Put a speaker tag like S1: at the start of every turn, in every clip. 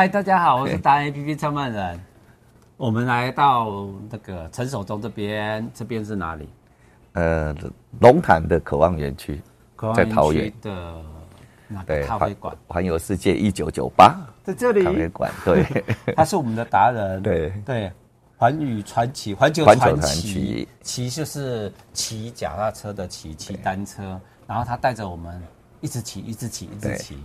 S1: 嗨，大家好，我是达人 APP 创办人。我们来到那个陈守忠这边，这边是哪里？
S2: 呃，龙潭的渴望园区，
S1: 科
S2: 在
S1: 园
S2: 桃
S1: 区
S2: 园
S1: 的那个
S2: 对，
S1: 咖啡馆，
S2: 环游世界一九九八
S1: 在这
S2: 咖啡
S1: 里，
S2: 馆，对
S1: 他是我们的达人。
S2: 对
S1: 对，环宇传奇，环球
S2: 环球
S1: 传
S2: 传
S1: 奇
S2: 奇，
S1: 骑就是骑脚踏车的骑，骑单车，然后他带着我们一直骑，一直骑，一直
S2: 对
S1: 骑。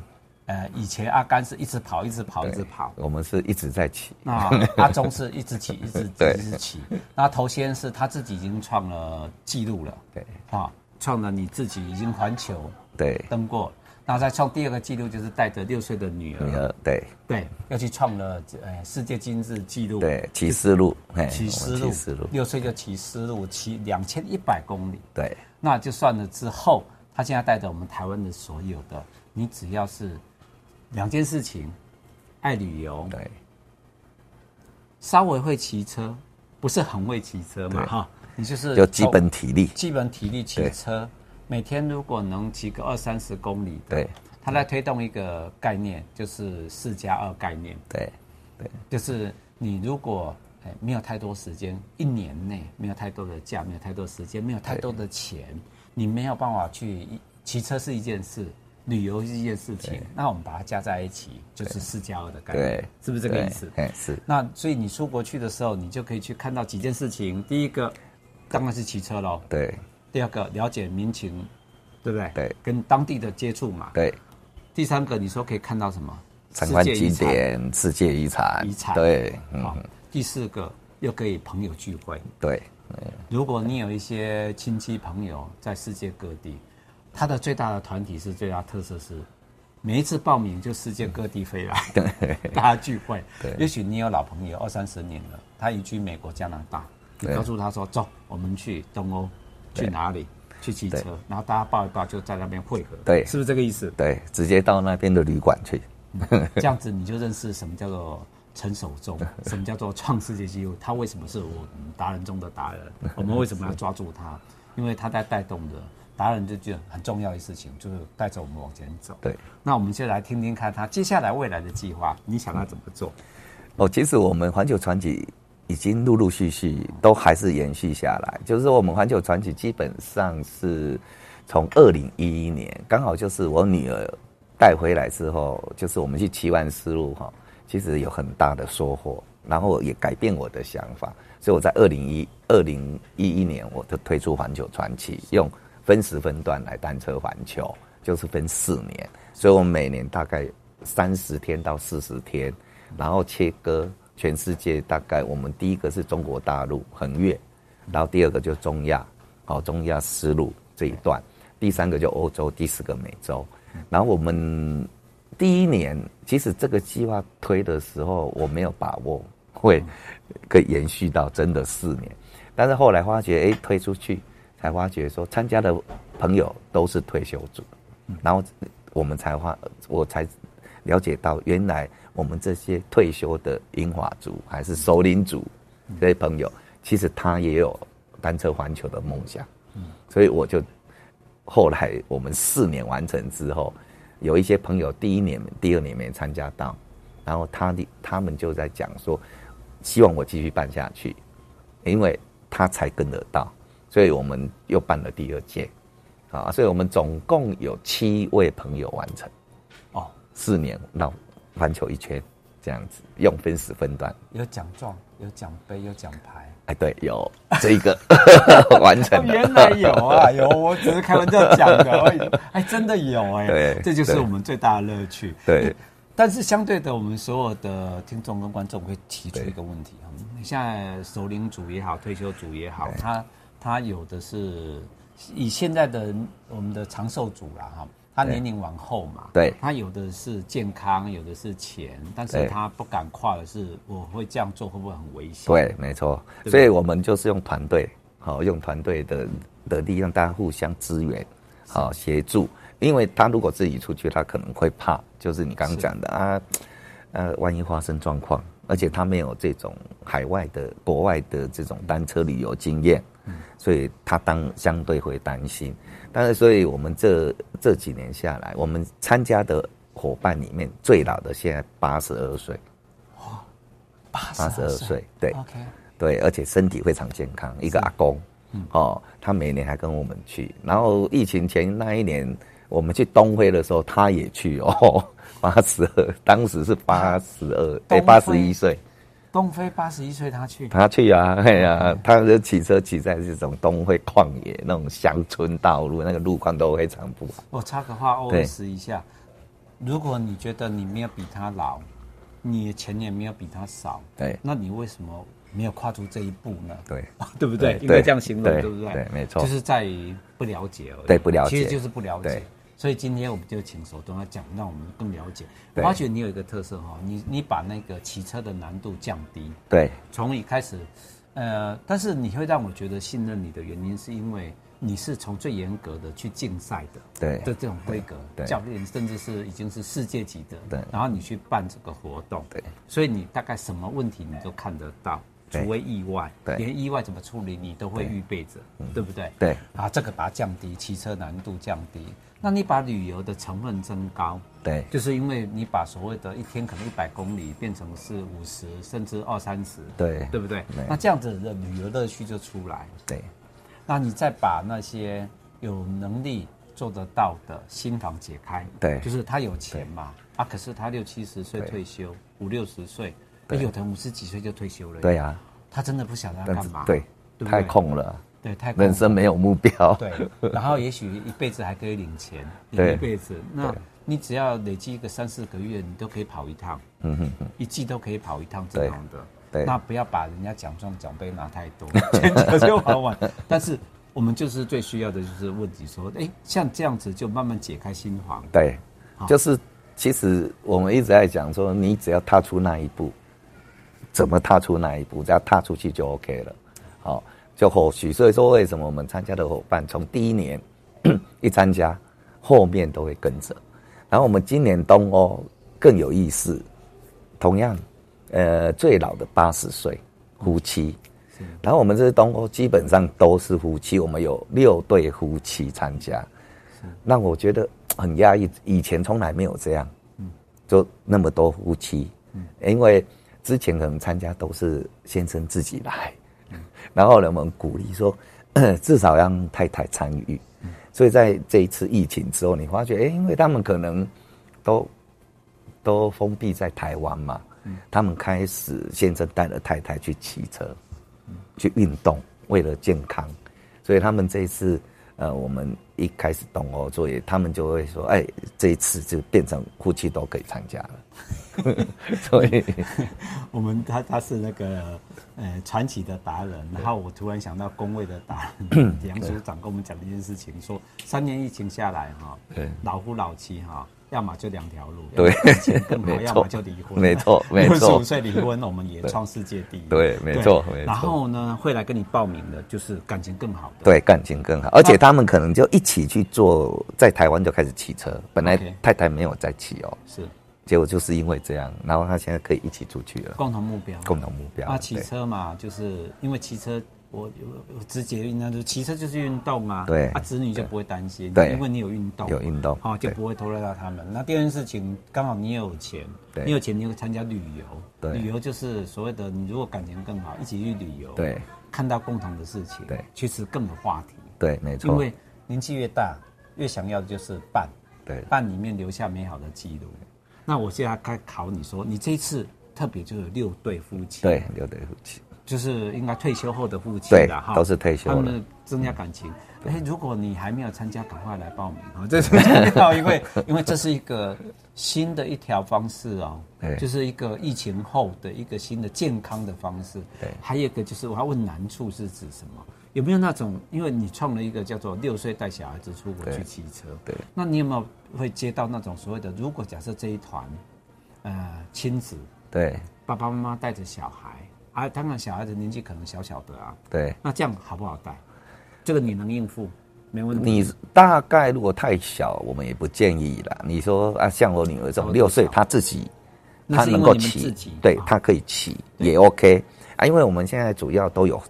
S1: 呃，以前阿甘是一直跑，一直跑，一直跑。
S2: 我们是一直在骑，
S1: 那啊阿忠是一直骑，一直骑
S2: 对
S1: 一直骑。那头先是他自己已经创了记录了，
S2: 对
S1: 啊，创了你自己已经环球
S2: 对，
S1: 登过。那再创第二个记录就是带着六岁的女
S2: 女
S1: 儿，
S2: 儿对
S1: 对，又去创了呃世界金字纪录，
S2: 对，骑丝路，哎，
S1: 骑
S2: 我
S1: 丝
S2: 们
S1: 路，
S2: 骑丝路，
S1: 六岁就骑丝路，骑两千一百公里。
S2: 对
S1: 那就算了之后，他现在带着我们台湾的所有的，你只要是两件事情，爱旅游，
S2: 对
S1: 稍微会骑车，不是很会骑车嘛
S2: 对
S1: 哈，你就是
S2: 就基本体力，
S1: 基本体力骑车，每天如果能骑个二三十公里，
S2: 对
S1: 他在推动一个概念，就是四加二概念，
S2: 对
S1: 就是你如果哎没有太多时间，一年内没有太多的假，没有太多时间，没有太多的钱，你没有办法去骑车是一件事。旅游是一件事情，那我们把它加在一起，就是四加二的概念
S2: 对，，
S1: 是不是这个
S2: 对
S1: 意思？
S2: 哎，是
S1: 那所以你出国去的时候，你就可以去看到几件事情。第一个，当然是骑车喽；
S2: 对
S1: 第二个，了解民情，对不对？
S2: 对，
S1: 跟当地的接触嘛。
S2: 对，
S1: 第三个，你说可以看到什么？
S2: 参观
S1: 世界遗
S2: 景
S1: 产。
S2: 点、世界遗产
S1: 遗产，
S2: 对，
S1: 好
S2: 嗯，
S1: 第四个又可以朋友聚会。
S2: 对
S1: 如果你有一些亲戚朋友在世界各地，他的最大的团体是最大特色是，每一次报名就世界各地飞来， 大家聚会。也许你有老朋友二三十年了，他移居美国、加拿大，你
S2: 对
S1: 告诉他说：“走，我们去东欧，去哪里？去骑车
S2: 对。”
S1: 然后大家抱一抱，就在那边汇合。
S2: 对
S1: 是不是这个意思？
S2: 对，直接到那边的旅馆去，
S1: 这样子你就认识什么叫做陈守忠，什么叫做创世界纪录，他为什么是我们达人中的达 人？我们为什么要抓住他？因为他在带动着达人就觉得很重要的事情，就是带着我们往前走。
S2: 对。
S1: 那我们就来听听看他接下来未来的计划，你想要怎么做？
S2: 哦，其实我们环球传奇已经陆陆续续都还是延续下来，就是说我们环球传奇基本上是从二零一一年，刚好就是我女儿带回来之后，就是我们去骑完丝路哈，其实有很大的收获，然后也改变我的想法，所以我在二零一二零一一年我就推出环球传奇，用分时分段来单车环球，就是分四年，所以我们每年大概三十天到四十天。然后切割全世界大概我们第一个是中国大陆横越，然后第二个就是中亚，好、中亚丝路这一段，第三个就欧洲，第四个美洲。然后我们第一年其实这个计划推的时候，我没有把握会可以延续到真的四年，但是后来发觉，哎，推出去才发觉说参加的朋友都是退休族，然后我们才发我才了解到，原来我们这些退休的银华族还是首领族这些朋友，其实他也有单车环球的梦想。所以我就后来我们四年完成之后，有一些朋友第一年、第二年没参加到，然后他的他们就在讲说，希望我继续办下去，因为他才跟得到，所以我们又办了第二届，啊，所以我们总共有七位朋友完成。
S1: 哦，
S2: 四年绕环球一圈，这样子用分时分段。
S1: 有奖状，有奖杯，有奖 牌。
S2: 哎，对，有这一个完成了。
S1: 原来有啊，有，我只是开玩笑讲的而 已。哎，真的有哎、
S2: 对
S1: 这就是
S2: 对
S1: 我们最大的乐趣。
S2: 对
S1: 但是相对的，我们所有的听众跟观众会提出
S2: 对
S1: 一个问题哈，你现在首领组也好，退休组也好，他他有的是以现在的我们的长寿组啦哈，他
S2: 对
S1: 年龄往后嘛，
S2: 对
S1: 他有的是健康，有的是钱，但是
S2: 对
S1: 他不敢跨的是，我会这样做会不会很危险？
S2: 对，没错。
S1: 对
S2: 所以我们就是用团队，好、用团队的的力量，大家互相支援，好、协助。因为他如果自己出去，他可能会怕，就是你刚刚讲的啊，呃，万一发生状况，而且他没有这种海外的、国外的这种单车旅游经验，所以他当相对会担心。但是，所以我们这这几年下来，我们参加的伙伴里面最老的，现在八十二岁，
S1: 八
S2: 八十二岁，对
S1: OK，
S2: 对，而且身体非常健康，一个阿公，
S1: 嗯
S2: 哦，他每年还跟我们去，然后疫情前那一年我们去东辉的时候，他也去哦， 八十二，当时是八十二，对，
S1: 东
S2: 八
S1: 辉
S2: 十一岁，
S1: 东飞八十一岁他去，
S2: 他去啊， 哎呀、
S1: 嗯
S2: 他就骑车骑在这种东会旷野那种乡村道路，那个路况都非常不好。
S1: 我插个话
S2: 对
S1: ，OS 一下，如果你觉得你没有比他老，你的钱也没有比他少，
S2: 对
S1: 那你为什么没有跨出这一步呢？
S2: 对
S1: 对不对
S2: 对？
S1: 应该这样形容，
S2: 对
S1: 对不对？
S2: 对没错
S1: 就是在于不了解而已。
S2: 对不了解
S1: 其实就是不了解
S2: 对。
S1: 所以今天我们就请手东来讲，让我们更了解。我
S2: 对
S1: 发觉你有一个特色哈、你你把那个骑车的难度降低，
S2: 对
S1: 从一开始，呃，但是你会让我觉得信任你的原因，是因为你是从最严格的去竞赛的，
S2: 对
S1: 的这种规格，
S2: 对对
S1: 教练甚至是已经是世界级的，
S2: 对
S1: 然后你去办这个活动，
S2: 对，
S1: 所以你大概什么问题你都看得到，
S2: 对
S1: 除非意外，
S2: 对
S1: 连意外怎么处理你都会预备着，对不对？
S2: 对
S1: 啊，这个把它降低，骑车难度降低，那你把旅游的成分增高，
S2: 对
S1: 就是因为你把所谓的一天可能一百公里变成是五十甚至二三十，
S2: 对
S1: 对不对
S2: 对？
S1: 那这样子的旅游乐趣就出来。
S2: 对
S1: 那你再把那些有能力做得到的新房解开，
S2: 对
S1: 就是他有钱嘛，啊，可是他六七十岁退休，五六十岁，那
S2: 对
S1: 有的人五十几岁就退休了，
S2: 对，啊，
S1: 他真的不晓得要
S2: 但
S1: 干
S2: 是
S1: 嘛，
S2: 对
S1: 对不对
S2: 太空了，
S1: 对，太空
S2: 人生没有目标。
S1: 对，然后也许一辈子还可以领钱，领
S2: 对
S1: 一辈子。那你只要累积一个三四个月，你都可以跑一趟，
S2: 嗯哼哼，
S1: 一季都可以跑一趟正常的。
S2: 对
S1: 那不要把人家奖状奖杯拿太 多，全球就好玩。但是我们就是最需要的就是问题说，哎，像这样子就慢慢解开心房。
S2: 对
S1: 好，
S2: 就是其实我们一直在讲说，你只要踏出那一步，怎么踏出那一步，只要踏出去就 OK 了，好、就后续。所以说，为什么我们参加的伙伴从第一年 一参加，后面都会跟着。然后我们今年东欧更有意思，同样，呃，最老的八十岁夫妻。然后我们这东欧基本上都是夫妻，我们有六对夫妻参加，让我觉得很压抑。以前从来没有这样，就那么多夫妻，因为之前可能参加都是先生自己来， 然后呢，我们鼓励说， 至少让太太参与。所以在这一次疫情之后，你发觉，哎、因为他们可能都都封闭在台湾嘛，他们开始先生带了太太去骑车，去运动，为了健康，所以他们这一次，呃，我们一开始东欧作业，他们就会说，哎、这一次就变成夫妻都可以参加了， 所以
S1: 我们他他是那个呃传奇的达人，然后我突然想到工位的达 人杨组长跟我们讲的一件事情，说三年疫情下来哈
S2: 对，
S1: 老夫老妻哈，要么就两条路，
S2: 对
S1: 要么感情更好，
S2: 没错
S1: 要么就离婚，
S2: 没错没错
S1: 十五岁离婚，我们也创世界第一，
S2: 对没错没错
S1: 然后呢，会来跟你报名的就是感情更好的，
S2: 对感情更好，而且他们可能就一起去做，在台湾就开始骑车，本来
S1: OK
S2: 太太没有在骑哦，
S1: 是
S2: 结果就是因为这样，然后他现在可以一起出去了，
S1: 共同目标，
S2: 共同目标
S1: 啊，骑
S2: 对
S1: 车嘛，就是因为骑车，我我我直接运动，就是骑车就是运动啊。
S2: 对
S1: 啊，子女就不会担心，
S2: 对
S1: 因为你有运动，
S2: 有运动
S1: 哦，就
S2: 对
S1: 不会拖累到他们。那第二件事情，刚好你也有钱，
S2: 对
S1: 你有钱，你就参加旅游，
S2: 对
S1: 旅游就是所谓的你如果感情更好，一起去旅游，
S2: 对，
S1: 看到共同的事情，
S2: 对
S1: 其实更有话题，
S2: 对，没
S1: 因
S2: 错，
S1: 为年纪越大，越想要的就是伴，
S2: 对
S1: 伴里面留下美好的记录。那我现在该考你说，你这一次特别就有六对夫妻，
S2: 对留得夫妻，
S1: 就是应该退休后的夫妻
S2: 对
S1: 啦哈，
S2: 都是退休了嗯
S1: 他们增加感情。哎、如果你还没有参加，赶快来报名啊！ 这是很重要，因为 因为这是一个新的一条方式哦
S2: 对，
S1: 就是一个疫情后的一个新的健康的方式。
S2: 对
S1: 还有一个就是我要问难处是指什么？有没有那种，因为你创了一个叫做六岁带小孩子出国去
S2: 对
S1: 骑车，
S2: 对
S1: 那你有没有会接到那种所谓的，如果假设这一团，呃，亲子
S2: 对
S1: 爸爸妈妈带着小孩，啊，当然小孩的年纪可能小小的啊，
S2: 对。
S1: 那这样好不好带？这个你能应付，没问题。
S2: 你大概如果太小，我们也不建议啦。你说啊，像我女儿这
S1: 哦
S2: 种六岁
S1: 太，小
S2: 她自己，
S1: 那
S2: 她
S1: 是因
S2: 能
S1: 为
S2: 够
S1: 你们自
S2: 骑
S1: 己，
S2: 对
S1: 啊，
S2: 她可以骑也 OK 啊。因为我们现在主要都有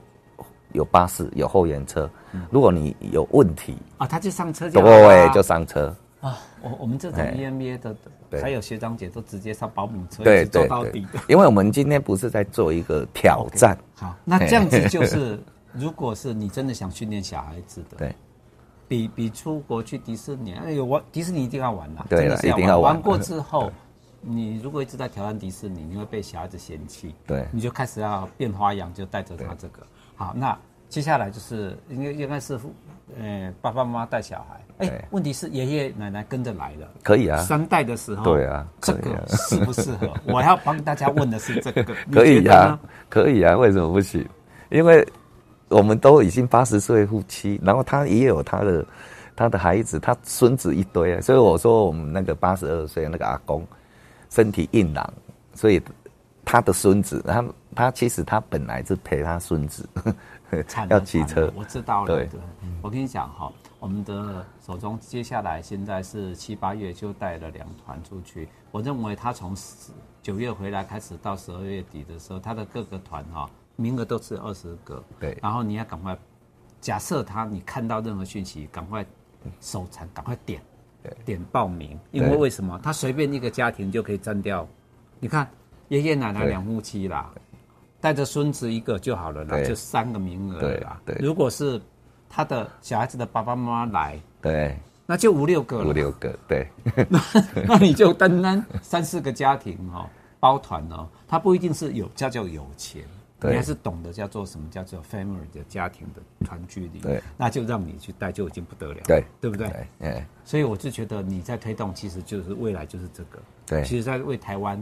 S2: 有巴士，有后援车。如果你有问题，
S1: 嗯啊，他就上车就好了啊
S2: 对，就上车。
S1: 啊，我我们这种 E
S2: 哎
S1: EMBA 的，
S2: 对
S1: 还有学长姐都直接上保姆车一
S2: 对
S1: 直做
S2: 对
S1: 到
S2: 对
S1: 底的。，
S2: 因为我们今天不是在做一个挑战，
S1: 好，那这样子就是， 如果是你真的想训练小孩子的，
S2: 哎对，
S1: 比比出国去迪士尼，哎呦，玩迪士尼一定要玩啦，
S2: 对啦
S1: 真的是要
S2: 一定要玩
S1: 玩过之后，你如果一直在挑战迪士尼，你会被小孩子嫌弃，
S2: 对
S1: 你就开始要变花样，就带着他这个。好，那接下来就是应该应该是父，呃，爸爸妈妈带小孩，哎
S2: 对，
S1: 问题是爷爷奶奶跟着来了。
S2: 可以啊，
S1: 三代的时候，
S2: 对啊
S1: 哦这
S2: 可以
S1: 个
S2: 啊
S1: 适不适 合？我要帮大家问的是这个，你
S2: 可
S1: 觉
S2: 以
S1: 得
S2: 啊
S1: 呢，
S2: 可以啊，为什么不行？因为我们都已经八十岁夫妻，然后他也有他的他的孩子，他孙子一堆啊，所以我说我们那个八十二岁那个阿公身体硬朗，所以他的孙子，他他其实他本来是陪他孙子
S1: 惨了
S2: 要骑
S1: 惨了
S2: 车，
S1: 我知道了。
S2: 对
S1: 对，嗯我跟你讲哈，我们的手中接下来现在是七八月就带了两团出去，我认为他从10九月回来开始到十二月底的时候，他的各个团哈名额都是二十个，
S2: 对
S1: 然后你要赶快，假设他你看到任何讯息，赶快手残，赶快点。点报名，因为
S2: 对
S1: 为什么？他随便一个家庭就可以占掉。你看，爷爷奶奶
S2: 对
S1: 两夫妻啦，带着孙子一个就好了啦，
S2: 对
S1: 就三个名额了啦。
S2: 对对
S1: 如果是他的小孩子的爸爸妈妈来，
S2: 对，
S1: 那就五六个了。
S2: 五六个，对，
S1: 那你就单单三四个家庭哦，包团哦，他不一定是有叫做有钱，你
S2: 对
S1: 还是懂得叫做什么叫做 family 的家庭的团聚力。
S2: 对，
S1: 那就让你去带就已经不得了了，
S2: 对
S1: 对不对？
S2: 对，哎，
S1: 所以我就觉得你在推动，其实就是未来就是这个。
S2: 对
S1: 其实在为台湾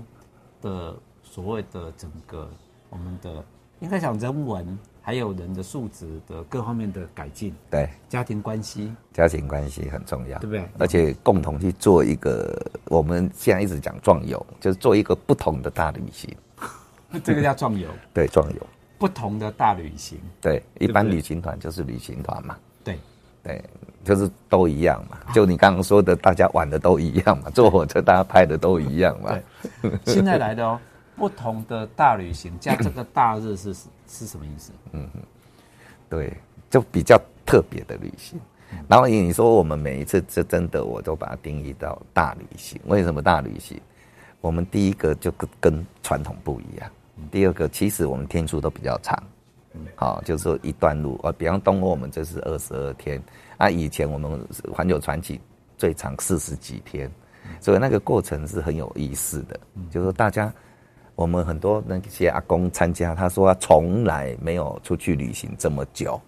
S1: 的所谓的整个我们的应该讲人文，还有人的素质的各方面的改进，
S2: 对。
S1: 家庭关系，
S2: 家庭关系很重要，
S1: 对不对
S2: 而且共同去做一个，我们现在一直讲壮游，就是做一个不同的大旅行。
S1: 这个叫壮游，
S2: 对，壮游，
S1: 不同的大旅行。
S2: 对，一般
S1: 对
S2: 旅行团就是旅行团嘛，
S1: 对，
S2: 对，就是都一样嘛。就你刚刚说的，大家玩的都一样嘛，坐火车大家拍的都一样嘛
S1: 对。现在来的哦，不同的大旅行加这个大日是是什么意思？
S2: 对，就比较特别的旅行。然后你说我们每一次，这真的我都把它定义到大旅行。为什么大旅行？我们第一个就跟跟传统不一样，第二个其实我们天数都比较长，好、就是说一段路啊，比方东欧我们这是二十二天，啊，以前我们环球传奇最长四十几天，所以那个过程是很有意思的，就是说大家。我们很多那些阿公参加，他说他从来没有出去旅行这么久，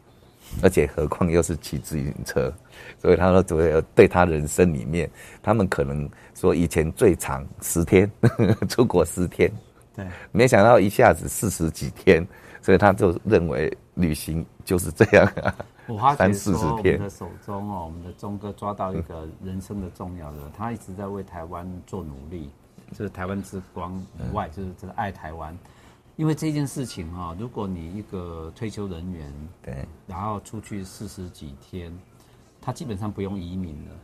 S2: 而且何况又是骑自行车，所以他说对对他人生里面，他们可能说以前最长十天， 出国十天，
S1: 对，
S2: 没想到一下子四十几天，所以他就认为旅行就是这样啊。
S1: 我发觉
S2: 三四
S1: 说
S2: 十
S1: 我们
S2: 天
S1: 的手中哦，我们的钟哥抓到一个人生的重要的，他一直在为台湾做努力，就是台湾之光以外，就是真的爱台湾。因为这件事情哈、哦，如果你一个退休人员，
S2: 对
S1: 然后出去四十几天，他基本上不用移民了，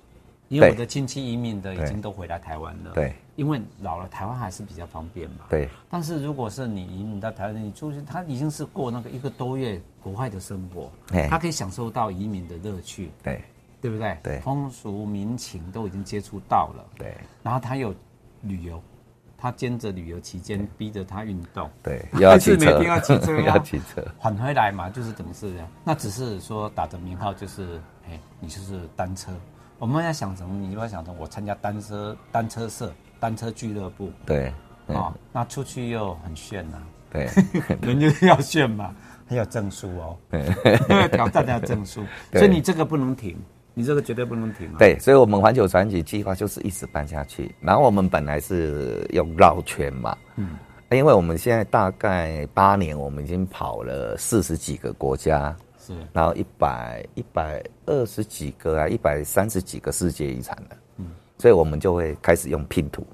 S1: 因为
S2: 对
S1: 我的亲戚移民的已经都回来台湾了。
S2: 对，
S1: 因为老了台湾还是比较方便嘛。
S2: 对
S1: 但是如果是你移民到台湾，你出去，他已经是过那个一个多月国外的生活
S2: 嘿，
S1: 他可以享受到移民的乐趣，
S2: 对
S1: 对不对？
S2: 对
S1: 风俗民情都已经接触到了，
S2: 对
S1: 然后他有旅游，他兼着旅游期间逼着他运动，
S2: 对，又要
S1: 还是
S2: 骑
S1: 每
S2: 车，
S1: 天要骑车
S2: 又
S1: 啊
S2: 要骑车，
S1: 缓回来嘛，就是等于是这样。那只是说打着名号，就是哎，你就是单车。我们要想成，你如果想成我参加单车单车社、单车俱乐部
S2: 对，
S1: 啊、
S2: 嗯，
S1: 哦那出去又很炫呐、
S2: 对，
S1: 人就是要炫嘛，还有证书 哦， 挑战要证书，
S2: 对
S1: 所以你这个不能停，你这个绝对不能停啊。，
S2: 对，所以，我们环球传奇计划就是一直办下去。然后我们本来是用绕圈嘛，嗯，因为我们现在大概八年，我们已经跑了四十几个国家，
S1: 是
S2: 然后一百一百二十几个啊，一百三十几个世界遗产了，嗯，所以我们就会开始用拼图，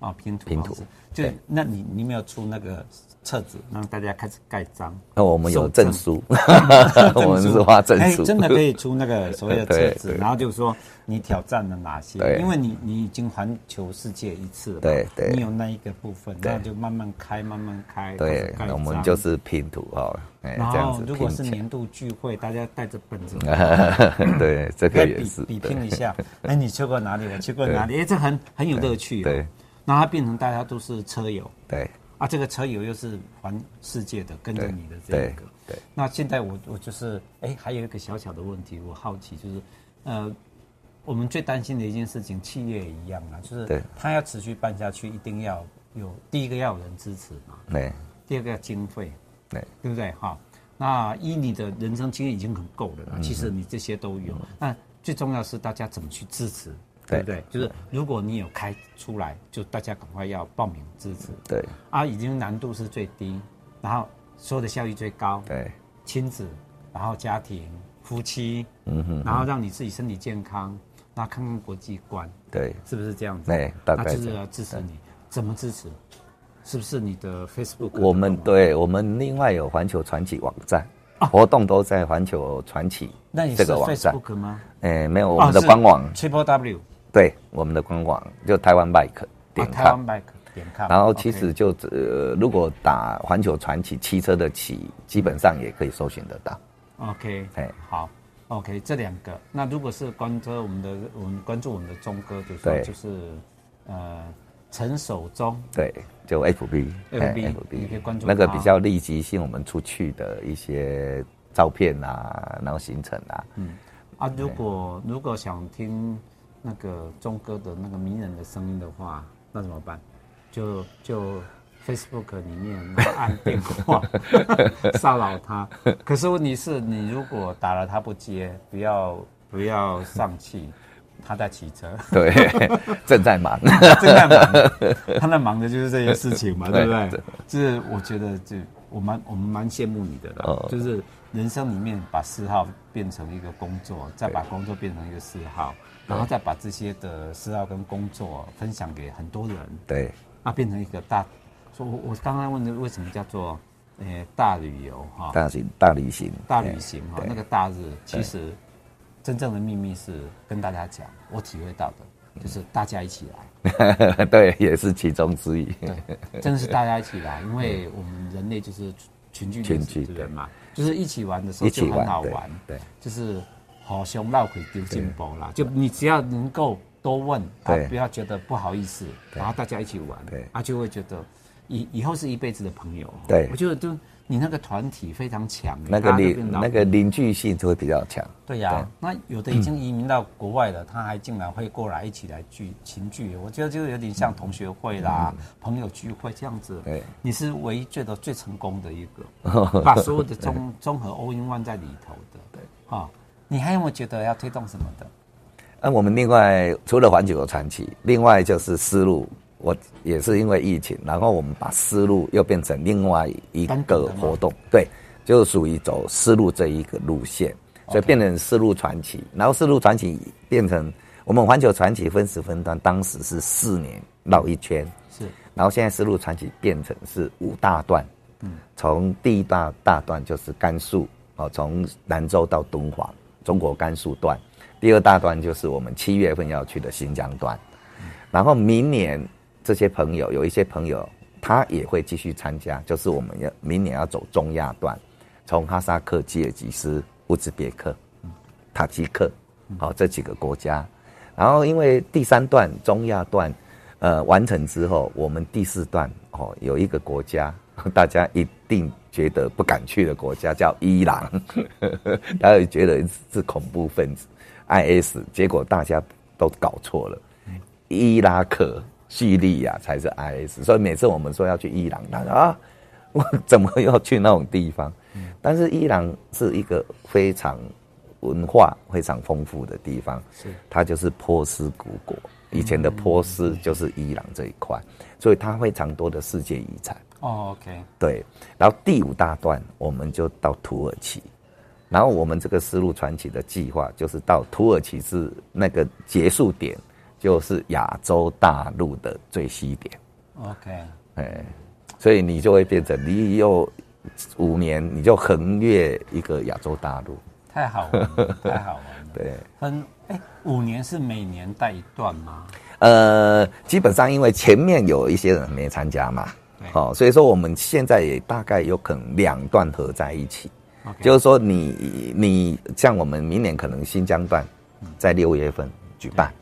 S1: 啊，拼图
S2: 拼
S1: 方
S2: 图
S1: 式，就那你你没有出那个册子让大家开始盖章？
S2: 那我们有证书， 我们是
S1: 画
S2: 证书，
S1: 哎真的可以出那个所谓的册
S2: 对
S1: 子，
S2: 对
S1: 然后就是说你挑战了哪些
S2: 对，
S1: 因为你你已经环球世界一次了嘛，
S2: 对对
S1: 你有那一个部分，那就慢慢开，慢慢开，开始
S2: 对
S1: 盖，
S2: 我们
S1: 章
S2: 就是拼图哦，哎，
S1: 然
S2: 这样
S1: 后
S2: 子
S1: 如果
S2: 拼
S1: 是
S2: 起
S1: 年度聚会，大家带着本子。
S2: 来， 对，这
S1: 可
S2: 个
S1: 以
S2: 也
S1: 比
S2: 是
S1: 比
S2: 对
S1: 拼一 下，哎，你去过哪里？我去过哪里？哎，这很很有乐趣、哦。
S2: 对对，
S1: 那它变成大家都是车友
S2: 对
S1: 啊，这个车友又是环世界的，跟着
S2: 对
S1: 你的这一
S2: 对
S1: 个。
S2: 对，
S1: 那现在我我就是哎，还有一个小小的问题，我好奇就是，呃，我们最担心的一件事情，企业也一样啊，就
S2: 对
S1: 是它要持续办下去，一定要有第一个要有人支持嘛，
S2: 对
S1: 第二个要经费，
S2: 对
S1: 对不对？哈，那依你的人生经验已经很够了啦，
S2: 嗯
S1: 其实你这些都有。那最重要是大家怎么去支持，对
S2: 对
S1: 不对？就是如果你有开出来，就大家赶快要报名支持
S2: 对
S1: 啊，已经难度是最低，然后所有的效益最高，
S2: 对
S1: 亲子，然后家庭、夫妻，嗯哼，然后让你自己身体健康，然后看看国际观，
S2: 对
S1: 是不是这样子？
S2: 对，大
S1: 那
S2: 概
S1: 就
S2: 这
S1: 是
S2: 样。嗯
S1: 要支持你，怎么支持？是不是你的 Facebook？
S2: 我们
S1: 的
S2: 对我们另外有环球传奇网站，
S1: 啊
S2: 活动都在环球传奇
S1: 那你
S2: 这
S1: 是
S2: 个网站。
S1: Facebook 吗？
S2: 哎，没有
S1: 啊
S2: 我们的官网，
S1: Triple W
S2: 对我们的官网就台湾 bike
S1: 啊
S2: 点
S1: 台
S2: com。
S1: 湾 Bike 点 com。
S2: 然后其实就呃，如果打环球传奇汽车的骑，基本上也可以搜寻得到。
S1: OK，
S2: 哎，
S1: 好，OK，这两个。那如果是关注我们的，我们关注我们的钟哥，就说
S2: 对
S1: 就是呃陈守忠，
S2: 对，就 FB，
S1: FB
S2: 哎
S1: 你可以
S2: FB，
S1: 关注
S2: 那个
S1: 他
S2: 比较立即性，我们出去的一些照片啊，然后行程啊，
S1: 啊，如果如果想听那个钟哥的那个迷人的声音的话，那怎么办？就就 Facebook 里面然后按电话骚扰他。可是问题是你如果打了他不接，不要不要上气，他在骑车，
S2: 对，正在忙，
S1: 正 在忙， 他在忙的就是这些事情嘛，对不对
S2: 对？
S1: 就是我觉得就我蛮我们蛮羡慕你的啦，
S2: 哦
S1: 就是人生里面把嗜好变成一个工作，再把工作变成一个嗜好，然后再把这些的嗜好跟工作分享给很多人，
S2: 对
S1: 那变成一个大。说我我刚刚问的为什么叫做呃大旅游哈，
S2: 大行大旅行，
S1: 大旅行哈，
S2: 对
S1: 那个大日，其实真正的秘密是跟大家讲，我体会到的就是大家一起来。
S2: 哎 对，也是其中之一。
S1: 对，真的是大家一起来，因为我们人类就是群居
S2: 群
S1: 原
S2: 居
S1: 始之人嘛，就是一起玩的时候
S2: 一起
S1: 就很
S2: 玩
S1: 好
S2: 对
S1: 玩，
S2: 对，
S1: 就是好熊闹鬼丢进包啦，就你只要能够多问，啊
S2: 对，
S1: 不要觉得不好意思，然后大家一起玩，
S2: 对
S1: 啊，就会觉得以以后是一辈子的朋友，
S2: 对
S1: 我觉得就你那个团体非常强，
S2: 那个
S1: 大家都
S2: 邻
S1: 变老
S2: 那个邻居性就会比较强。
S1: 对呀、那有的已
S2: 嗯
S1: 经移民到国外了，他还竟然会过来一起来聚群聚，我觉得就有点像同学会啦、朋友聚会这样子。
S2: 嗯对，
S1: 你是唯一觉得最成功的一 个，把所有的综综合 all in one 在里头的。对，啊、你还有没有觉得要推动什么的？
S2: 那啊我们另外除了环球传奇，另外就是丝路，我也是因为疫情，然后我们把丝路又变成另外一
S1: 单独
S2: 个
S1: 的吗
S2: 活动，对，就属于走丝路这一个路线，所以变成丝路传奇，然后丝路传奇变成我们环球传奇分时分段，当时是四年绕一圈，
S1: 是
S2: 然后现在丝路传奇变成是五大段，嗯，从第一大大段就是甘肃哦，从兰州到敦煌，中国甘肃段；第二大段就是我们七月份要去的新疆段。然后明年这些朋友有一些朋友他也会继续参加，就是我们要明年要走中亚段，从哈萨克、吉尔吉斯、乌兹别克、塔吉克，好、这几个国家。然后因为第三段中亚段，呃，完成之后，我们第四段哦有一个国家， 大家一定觉得不敢去的国家叫伊朗， 大家觉得是恐怖分子 IS，结果大家都搞错了，伊拉克、叙利亚才是 IS，所以每次我们说要去伊朗，他说啊， 我怎么要去那种地方？但是伊朗是一个非常文化非常丰富的地方，
S1: 是
S2: 它就是波斯古国，以前的波斯就是伊朗这一块，所以它非常多的世界遗产。
S1: 哦，OK，
S2: 对，然后第五大段我们就到土耳其，然后我们这个丝路传奇的计划就是到土耳其是那个结束点，就是亚洲大陆的最西点。
S1: OK，
S2: 哎，所以你就会变成你又五年你就横越一个亚洲大陆，
S1: 太好玩了，太 好玩了。
S2: 对，
S1: 分哎，五年是每年带一段吗？
S2: 呃，基本上因为前面有一些人没参加嘛，
S1: 对
S2: 好、所以说我们现在也大概有可能两段合在一起，
S1: OK
S2: 就是说你你像我们明年可能新疆段
S1: 嗯
S2: 在六月份举办，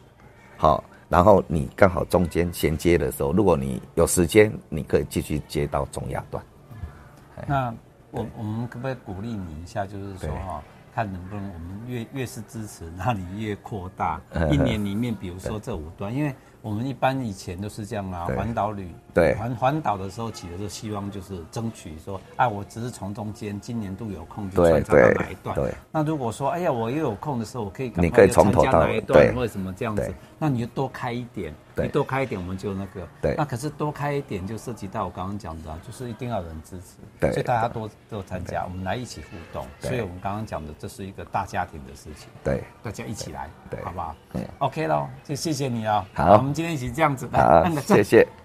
S2: 好、然后你刚好中间衔接的时候，如果你有时间，你可以继续接到中亚段。
S1: 那我我们可不可以鼓励你一下，就是说
S2: 哎对
S1: 哈、看能不能我们越越是支持，那你越扩大。
S2: 嗯
S1: 一年里面，比如说这五段，因为我们一般以前都是这样啊，
S2: 对
S1: 环岛旅
S2: 对
S1: 环环岛的时候起的就希望就是争取说啊，我只是从中间今年度有空就
S2: 对
S1: 穿插到
S2: 对
S1: 哪一段。
S2: 对
S1: 那如果说哎呀，我又有空的时候，我可以赶
S2: 你
S1: 快
S2: 可以
S1: 就
S2: 从
S1: 参
S2: 头
S1: 加
S2: 到
S1: 哪一
S2: 尾
S1: 段
S2: 对
S1: 或者什么这样子
S2: 对，
S1: 那你就多开一点，
S2: 对
S1: 你多开一点，我们就那个。
S2: 对
S1: 那可是多开一点就涉及到我刚刚讲的、啊，就是一定要有人支持。
S2: 对
S1: 所以大家多多参加，我们来一起互动。
S2: 对
S1: 所以我们刚刚讲的，这是一个大家庭的事情，
S2: 对，
S1: 大家一起来，
S2: 对
S1: 好不好
S2: 嗯
S1: ？OK 喽，就谢谢你啊。
S2: 好
S1: 我们今天一起这样子来
S2: 好
S1: 按个，赞
S2: 谢。谢。